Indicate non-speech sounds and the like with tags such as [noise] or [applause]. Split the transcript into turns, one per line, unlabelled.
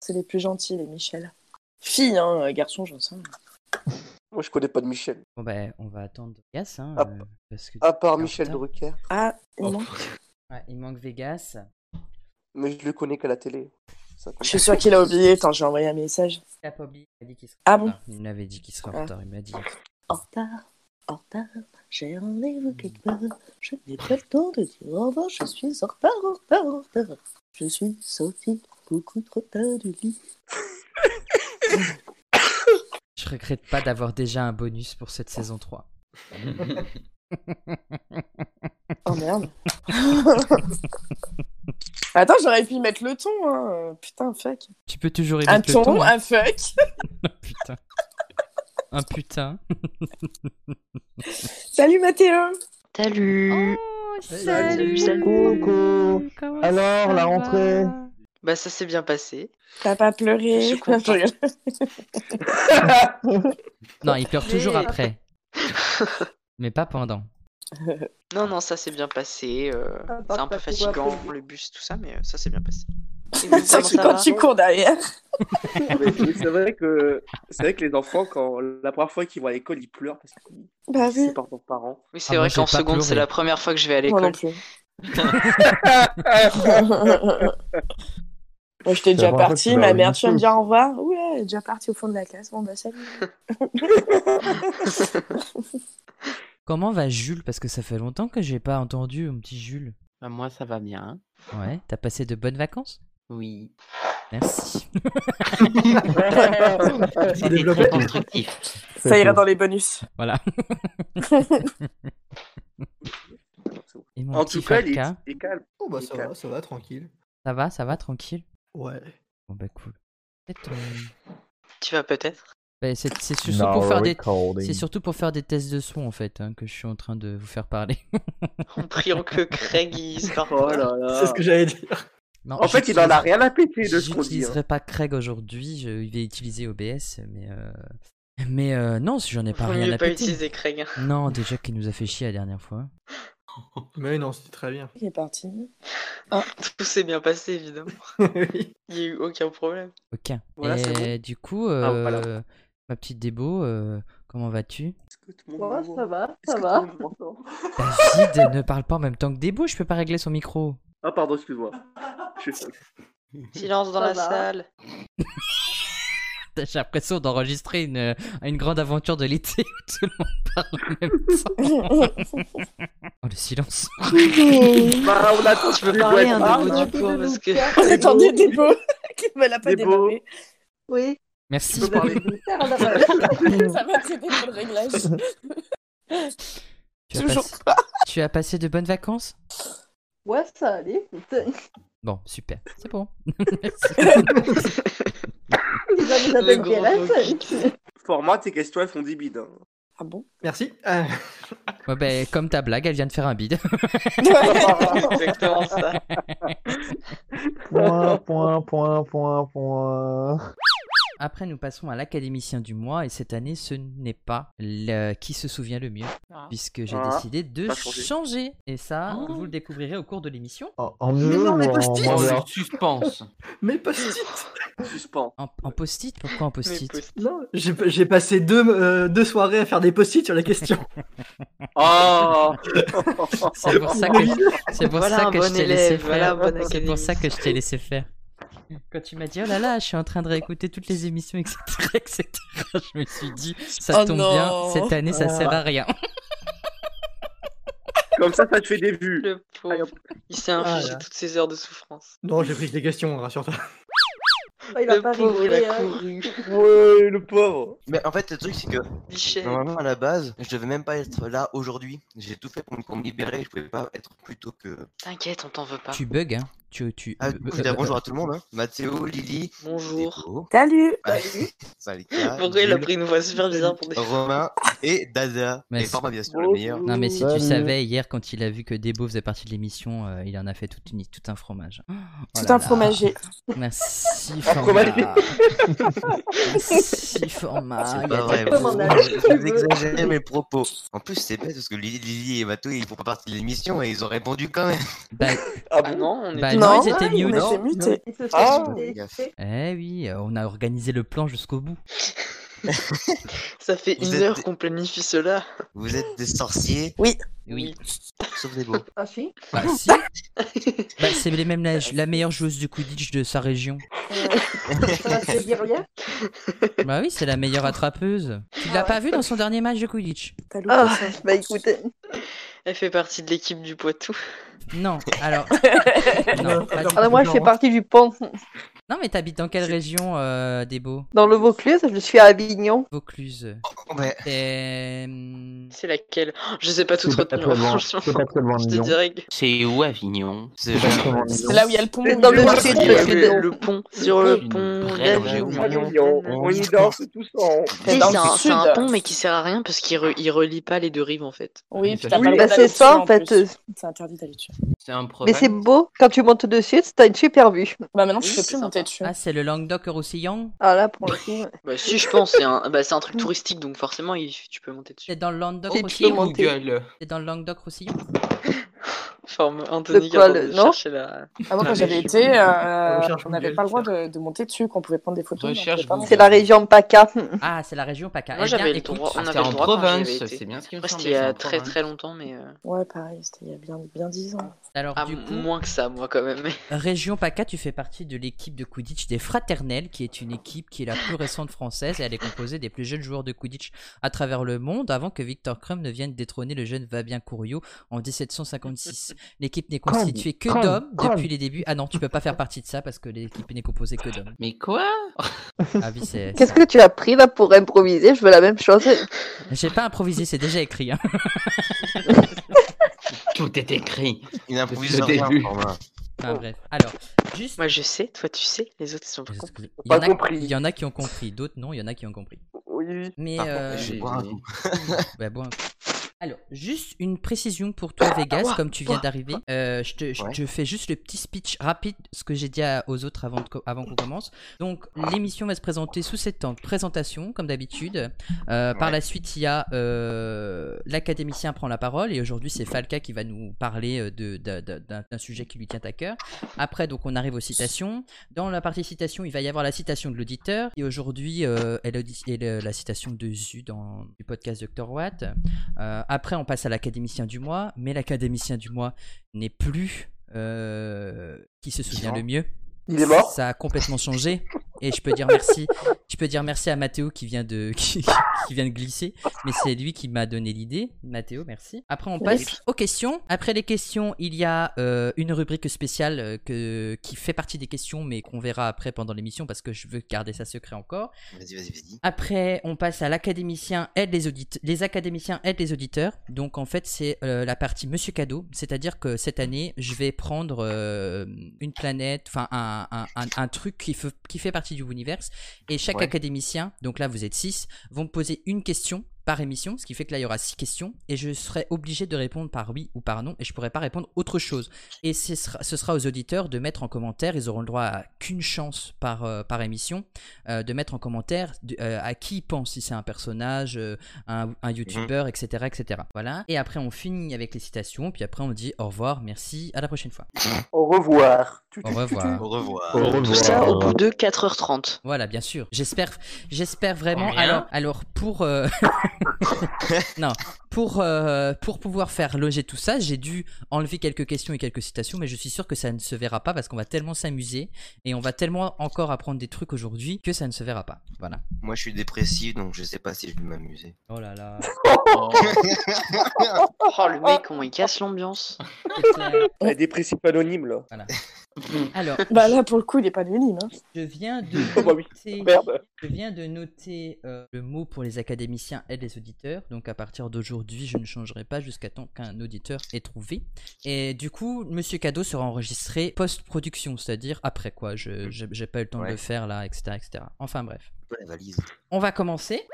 C'est les plus gentils, les Michel. Fille, hein, garçon, j'en sais. rien.
Moi, je connais pas de Michel.
Bon, bah, on va attendre Vegas. Hein,
Ah,
euh, parce que...
À part
Ah,
Michel
putain.
Drucker.
Ah, il
Oh,
manque.
Ouais, il manque Vegas.
Mais je le connais qu'à la télé. Ça compte.
Je suis sûre qu'il a oublié. Attends, j'ai envoyé un message.
Il a pas oublié, il a dit qu'il serait
Ah
en
bon
retard. Il m'avait dit qu'il serait en
Ah.
retard, il m'a dit.
En retard, en retard, j'ai rendez-vous quelque part. Je n'ai pas le temps de dire au revoir. Je suis en retard, en retard, en retard. Je suis sortie beaucoup trop tard du lit.
Je regrette pas d'avoir déjà un bonus pour cette saison 3.
Oh merde. Attends, j'aurais pu y mettre le ton. Hein. Putain, fuck.
Tu peux toujours éviter
Un
le ton,
ton,
hein.
un fuck.
[laughs] putain. Un putain.
Salut Mathéo.
Salut
Oh,
salut, salut.
Coucou.
Comment
Alors,
ça
la
va
rentrée
Bah ça s'est bien passé.
T'as pas
Je
pleuré.
suis contente.
[laughs] Je rigole.
Non, il pleure toujours
Mais-
après. Mais pas pendant.
Non, non, ça s'est bien passé. euh,
Ah,
c'est un peu fatigant, le bus, tout ça, mais euh, ça s'est bien passé. Et vous,
Ça,
comment
c'est
ça
quand
va
tu cours derrière.
[laughs] Mais c'est vrai que c'est vrai que les enfants quand la première fois qu'ils vont à l'école ils pleurent parce qu'ils
Bah
sont
oui.
par leurs parents.
Ah,
Oui, c'est
moi,
vrai
j'ai
qu'en
pas
seconde, c'est
pleuré.
la première fois que je vais à
Moi non
l'école.
plus. [laughs] Moi, j'étais déjà
Avant, en fait,
partie.
tu
Ma
vas
mère,
au
tu vas me
lycée.
dire au revoir. Ouais, elle est déjà partie au fond de la classe. Bon, bah,
[laughs]
salut.
Comment va Jules Parce que ça fait longtemps que j'ai pas entendu mon petit Jules.
Bah, moi, ça va bien.
Ouais, t'as passé de bonnes vacances
Oui.
Merci.
C'était très constructif.
Ça ira dans les bonus.
Voilà. Et mon
En
petit
tout cas, il est,
Falca,
il est calme.
Oh bah ça va, ça va, tranquille.
ça va, ça va, tranquille
Ouais.
Bon bah cool. Peut-être, euh,
tu vas
[laughs]
peut-être
bah, c'est c'est surtout pour faire des... C'est surtout pour faire des tests de son en fait hein, que je suis en train de vous faire parler. [laughs]
En priant que Craig il se barre
Oh
pas.
là là.
C'est ce que j'allais dire.
Non,
En fait, il en a rien à péter de ce qu'on dit. hein.
J'utiliserai pas Craig aujourd'hui, je vais utiliser OBS, mais euh... mais euh, non, si j'en ai pas
Vaut
rien
mieux
à
pas
péter.
utiliser Craig. hein. [laughs]
Non, déjà qu'il nous a fait chier la dernière fois.
Mais non, c'était très bien.
Il est [laughs] parti.
Tout s'est bien passé, évidemment.
[laughs] Oui.
Il y a eu
[laughs]
aucun problème.
Ok.
Voilà,
Et
c'est
du coup, euh,
Ah, voilà.
ma petite Débo, euh, comment vas-tu
Est-ce que tout le monde m'entend
ça va,
Est-ce
ça
que
va.
tout le monde m'entend
David ne parle pas en même temps que Débo, je peux pas régler son micro. [laughs]
Ah pardon, excuse-moi. Je suis
Silence dans
Ça
la
va. [laughs]
salle.
J'ai l'impression d'enregistrer une, euh, une grande aventure de l'été où tout le monde parle en même temps. Oh, le silence.
Bah, on attend
Tu peux parler un
Ah,
hein.
nouveau
non,
du coup
désolé,
parce que
Lucas.
[laughs] On attendait des mots qui me l'a pas
Des mots.
démarré.
Oui.
Merci.
peux parler.
Ça va, ça
[laughs]
va.
Ça [laughs] va traiter pour le réglage.
Tu, as
Toujours
passé- tu as passé de bonnes vacances
Ouais, ça allait. Ils
Bon, super. C'est bon. [laughs]
ont des
Le
appels
grand
quel [laughs] âge
Format, tes questions elles font des bides. hein.
Ah bon
Merci. Ah,
Ouais, ben, comme ta blague, elle vient de faire un bide. [laughs]
[laughs] exactement ça.
[laughs] Point, point, point, point, point.
Après, nous passons à l'académicien du mois. Et cette année, ce n'est pas le... qui se souvient le mieux.
Ah.
Puisque j'ai
Ah,
décidé de
pas changé.
changer. Et ça,
Ah.
vous le découvrirez au cours de l'émission.
Ah, En, en Mais jeu non, ou mais en post-it. [laughs]
Oh,
Voilà.
le suspense.
Mes post-it
Suspens.
En, en post-it Pourquoi en
Mais
post-it
pousse.
Non, [laughs] j'ai j'ai passé deux, euh, deux soirées à faire des post-it sur la [laughs] question.
Oh
C'est pour
[laughs]
ça que, c'est pour
Voilà
ça
un
que
bon
je t'ai
élève,
laissé
voilà un
faire.
bon
c'est pour ça
académicien.
que je t'ai laissé faire. Quand tu m'as dit, oh là là, je suis en train de réécouter toutes les émissions, etc., etc., je me suis dit, ça
Oh
tombe
non.
bien, cette année, ça
Ah.
sert à rien.
Comme ça, ça te fait des vues.
Le pauvre. Il s'est infligé toutes ces heures de souffrance.
Non, j'ai pris des questions, rassure-toi.
oh, Il
Le
a pas
pauvre, il
rigolé.
a
hein.
couru.
Ouais, le pauvre.
Mais en fait, le truc, c'est que
Michel.
normalement, à la base, je devais même pas être là aujourd'hui. J'ai tout fait pour, me- pour me libérer et je pouvais pas être plus tôt que.
T'inquiète, on t'en veut pas.
Tu bugs, hein tu, tu...
Ah, du coup, je veux dire
euh,
bonjour à tout le monde, hein. Mathéo, Lily.
Bonjour.
Débo,
Salut.
Alex,
[laughs]
Salika,
Pourquoi il a
Jules,
pris une voix super bizarre pour des
Romain et Daza.
Mais
et
c'est-
Forma, bien sûr, le
Oh.
meilleur.
Non mais si
Salut.
tu savais, hier, quand il a vu que Debo faisait partie de l'émission, euh, il en a fait toute une- tout un fromage. Oh
Tout
là
un
là.
fromager.
Merci,
fromage.
format. Merci, format.
Ah, C'est
Il y a
pas vrai.
des-
Comment
vous-
on a-
vous- Vous exagérez mes propos. En plus, c'est bête parce que Lily- Lily et Mathéo, ils font pas partie de l'émission et ils ont répondu quand même.
Bah,
Ah
Ah
bon
non, on
bah,
était
Non,
Non,
ils étaient
on
mute.
était mutés.
Ils se sont
Ah,
mutés.
yes.
Eh oui, euh, on a organisé le plan jusqu'au bout.
Ça fait
Vous
une
êtes
heure
des-
qu'on planifie cela.
Vous êtes des sorciers,
Oui.
sauf des beaux.
Ah, si.
Bah, si. Bah, c'est les mêmes la, la meilleure joueuse du Quidditch de sa région.
Euh, Ça va se dire rien.
Bah oui, c'est la meilleure attrapeuse. Tu l'as pas vu dans son dernier match de Quidditch
T'as loupé
Ah,
ça.
bah écoutez.
Elle fait partie de l'équipe du Poitou. [laughs]
Non, alors. non, pas du-
Alors, moi, je fais partie du pont.
Non, mais t'habites dans quelle région, euh, Débo
Dans le Vaucluse, je suis à Avignon.
Vaucluse.
Ouais,
T'es, hum,
C'est laquelle Je sais pas tout
C'est pas
retenir,
très loin.
franchement.
C'est pas très loin
Je
de
te
Lyon.
dirais que
C'est où Avignon
c'est
C'est pas
genre-
très loin de
C'est
Lyon.
là où il y a le pont.
C'est dans le
Lyon.
sud.
Il y a
c'est
le,
bon.
le pont, sur le
Une
pont,
vraie
la
région.
vue.
On
y-
Oh.
on y danse tous ensemble.
C'est
C'est
dans le
un, c'est
sud.
un pont mais qui sert à rien parce qu'il re- il relie pas les deux rives en fait.
Oui,
Oui,
puis t'as pas le
Oui, bah,
droit
c'est
d'aller
ça,
dessus,
en fait. euh,
plus. C'est interdit d'aller dessus.
C'est un
Mais
province.
c'est beau, quand tu montes dessus, t'as une super vue.
Bah maintenant,
Oui,
tu peux
c'est
plus
sympa.
monter dessus.
Ah, c'est le Languedoc-Roussillon
Ah là, pour le coup.
Bah si je pense, c'est un, bah, c'est un
Mm.
truc touristique donc forcément il- tu peux monter
T'es
dessus.
dans le
tu peux
Languedoc-Roussillon
monter.
Google.
T'es dans le Languedoc-Roussillon
Forme Anthony
De quoi,
Gardon
le-
de
non
chercher la...
Ah, moi,
Ah,
quand j'avais
mais je-
été, euh,
Recherche
on n'avait
Google,
pas le droit de, de monter dessus, qu'on pouvait prendre des photos. mais on
Recherche
pouvait pas
Google.
C'est la région PACA.
Ah, c'est la région PACA.
Moi
Eh bien,
j'avais le
écoute,
droit, on
C'était
avait le
en
droit quand j'y avais
province,
été.
c'est bien ce qu'il me
Après
semblait.
c'était il y
c'est
a
en
très
province.
très longtemps mais... euh,
monter. Ouais, pareil, c'était il y a bien, bien 10 ans.
Alors,
Ah,
du coup,
moins que ça moi quand même. mais-
Région PACA, tu fais partie de l'équipe de Quidditch des Fraternels, qui est une équipe qui est la plus récente française et elle est composée des plus jeunes joueurs de Quidditch à travers le monde avant que Victor Crumb ne vienne détrôner le jeune Fabien Couriot en 1756. L'équipe n'est
Crumb,
constituée que
Crumb,
d'hommes
Crumb.
depuis les débuts. Ah non, tu peux pas faire partie de ça parce que l'équipe n'est composée que d'hommes.
Mais quoi
Ah oui, c'est.
Qu'est-ce que tu as pris là pour improviser Je veux la même chose.
J'ai pas improvisé, c'est déjà écrit. hein.
Tout est écrit.
Il improvise
Depuis le
rien,
début.
Romain.
Oh.
Enfin, bref. Alors, juste.
Moi je sais, toi tu sais, les autres ils sont pas compris.
Il y,
Pas
en a,
compris.
il y en a qui ont compris, d'autres non, il y en a qui ont compris.
Oui.
Mais.
Par contre,
Ah,
euh,
je
oui,
bois un
oui.
coup.
Bah, bon. Ah, Alors, juste une précision pour toi, Vegas, comme tu viens d'arriver. Euh, je te je
Ouais.
te fais juste le petit speech rapide, ce que j'ai dit à- aux autres avant, de co- avant qu'on commence. Donc, l'émission va se présenter sous cette tente. Présentation, comme d'habitude. Euh, Par
Ouais.
la suite, il y a euh, l'académicien prend la parole. Et aujourd'hui, c'est Falca qui va nous parler euh, de- de- de- d'un d'un sujet qui lui tient à cœur. Après, donc, on arrive aux citations. Dans la partie citation, il va y avoir la citation de l'auditeur. Et aujourd'hui, euh, elle audi- et le- la citation de Zu dans du podcast Dr. Watt. Euh, après, on passe à l'académicien du mois. Mais l'académicien du mois n'est plus euh, qui se souvient
Vivant.
le mieux.
Il est mort
Ça a complètement changé. Et je peux dire merci. Je peux dire merci à Mathéo qui vient de [laughs] qui, qui vient de glisser. Mais c'est lui qui m'a donné l'idée. Mathéo, merci. Après, on passe aux questions. Après les questions, il y a euh, une rubrique spéciale euh, que, qui fait partie des questions, mais qu'on verra après pendant l'émission parce que je veux garder ça secret encore.
Vas-y, vas-y, vas-y.
Après, on passe à l'académicien aide les auditeurs. Les académiciens aident les auditeurs. Donc, en fait, c'est euh, la partie Monsieur Cadeau. C'est-à-dire que cette année, je vais prendre euh, une planète, enfin, un, un- un- un truc qui, fe- qui fait partie du univers. Et chaque
Ouais.
académicien, donc là, vous êtes six, vont me poser une question par émission, ce qui fait que là il y aura six questions et je serai obligé de répondre par oui ou par non et je pourrai pas répondre autre chose. Et ce sera, ce sera aux auditeurs de mettre en commentaire, ils auront le droit à qu'une chance par, euh, par émission, euh, de mettre en commentaire de- euh, à qui ils pensent, si c'est un personnage, euh, un, un youtubeur, etc., etc. Voilà. Et après on finit avec les citations, puis après on dit au revoir, merci, à la prochaine fois.
Au revoir. Tu-
Au
tu- tu-
revoir.
Au revoir.
Au
Tout ça au
revoir.
bout de 4h30.
Voilà, bien sûr. J'espère, j'espère vraiment.
Combien
Alors, alors pour euh, [laughs] non, pour euh, pour pouvoir faire loger tout ça, j'ai dû enlever quelques questions et quelques citations, mais je suis sûr que ça ne se verra pas parce qu'on va tellement s'amuser et on va tellement encore apprendre des trucs aujourd'hui que ça ne se verra pas. Voilà.
Moi, je suis dépressif, donc je sais pas si je vais m'amuser.
Oh là là.
Oh.
Oh le mec, comment il casse l'ambiance.
tu- La dépressive anonyme, là.
Alors,
Bah là, pour le coup, il est pas anonyme. Hein.
je viens
[laughs] Oh bah oui.
de noter.
Merde.
Je viens de noter euh, le mot pour les académiciens et les auditeurs. Donc à partir d'aujourd'hui, je ne changerai pas jusqu'à temps qu'un auditeur ait trouvé. Et du coup, Monsieur Cadeau sera enregistré post-production, c'est-à-dire après quoi. Je j'ai j'ai pas eu le temps de
Ouais.
le faire là, etc., etc. Enfin bref.
La valise.
On va commencer.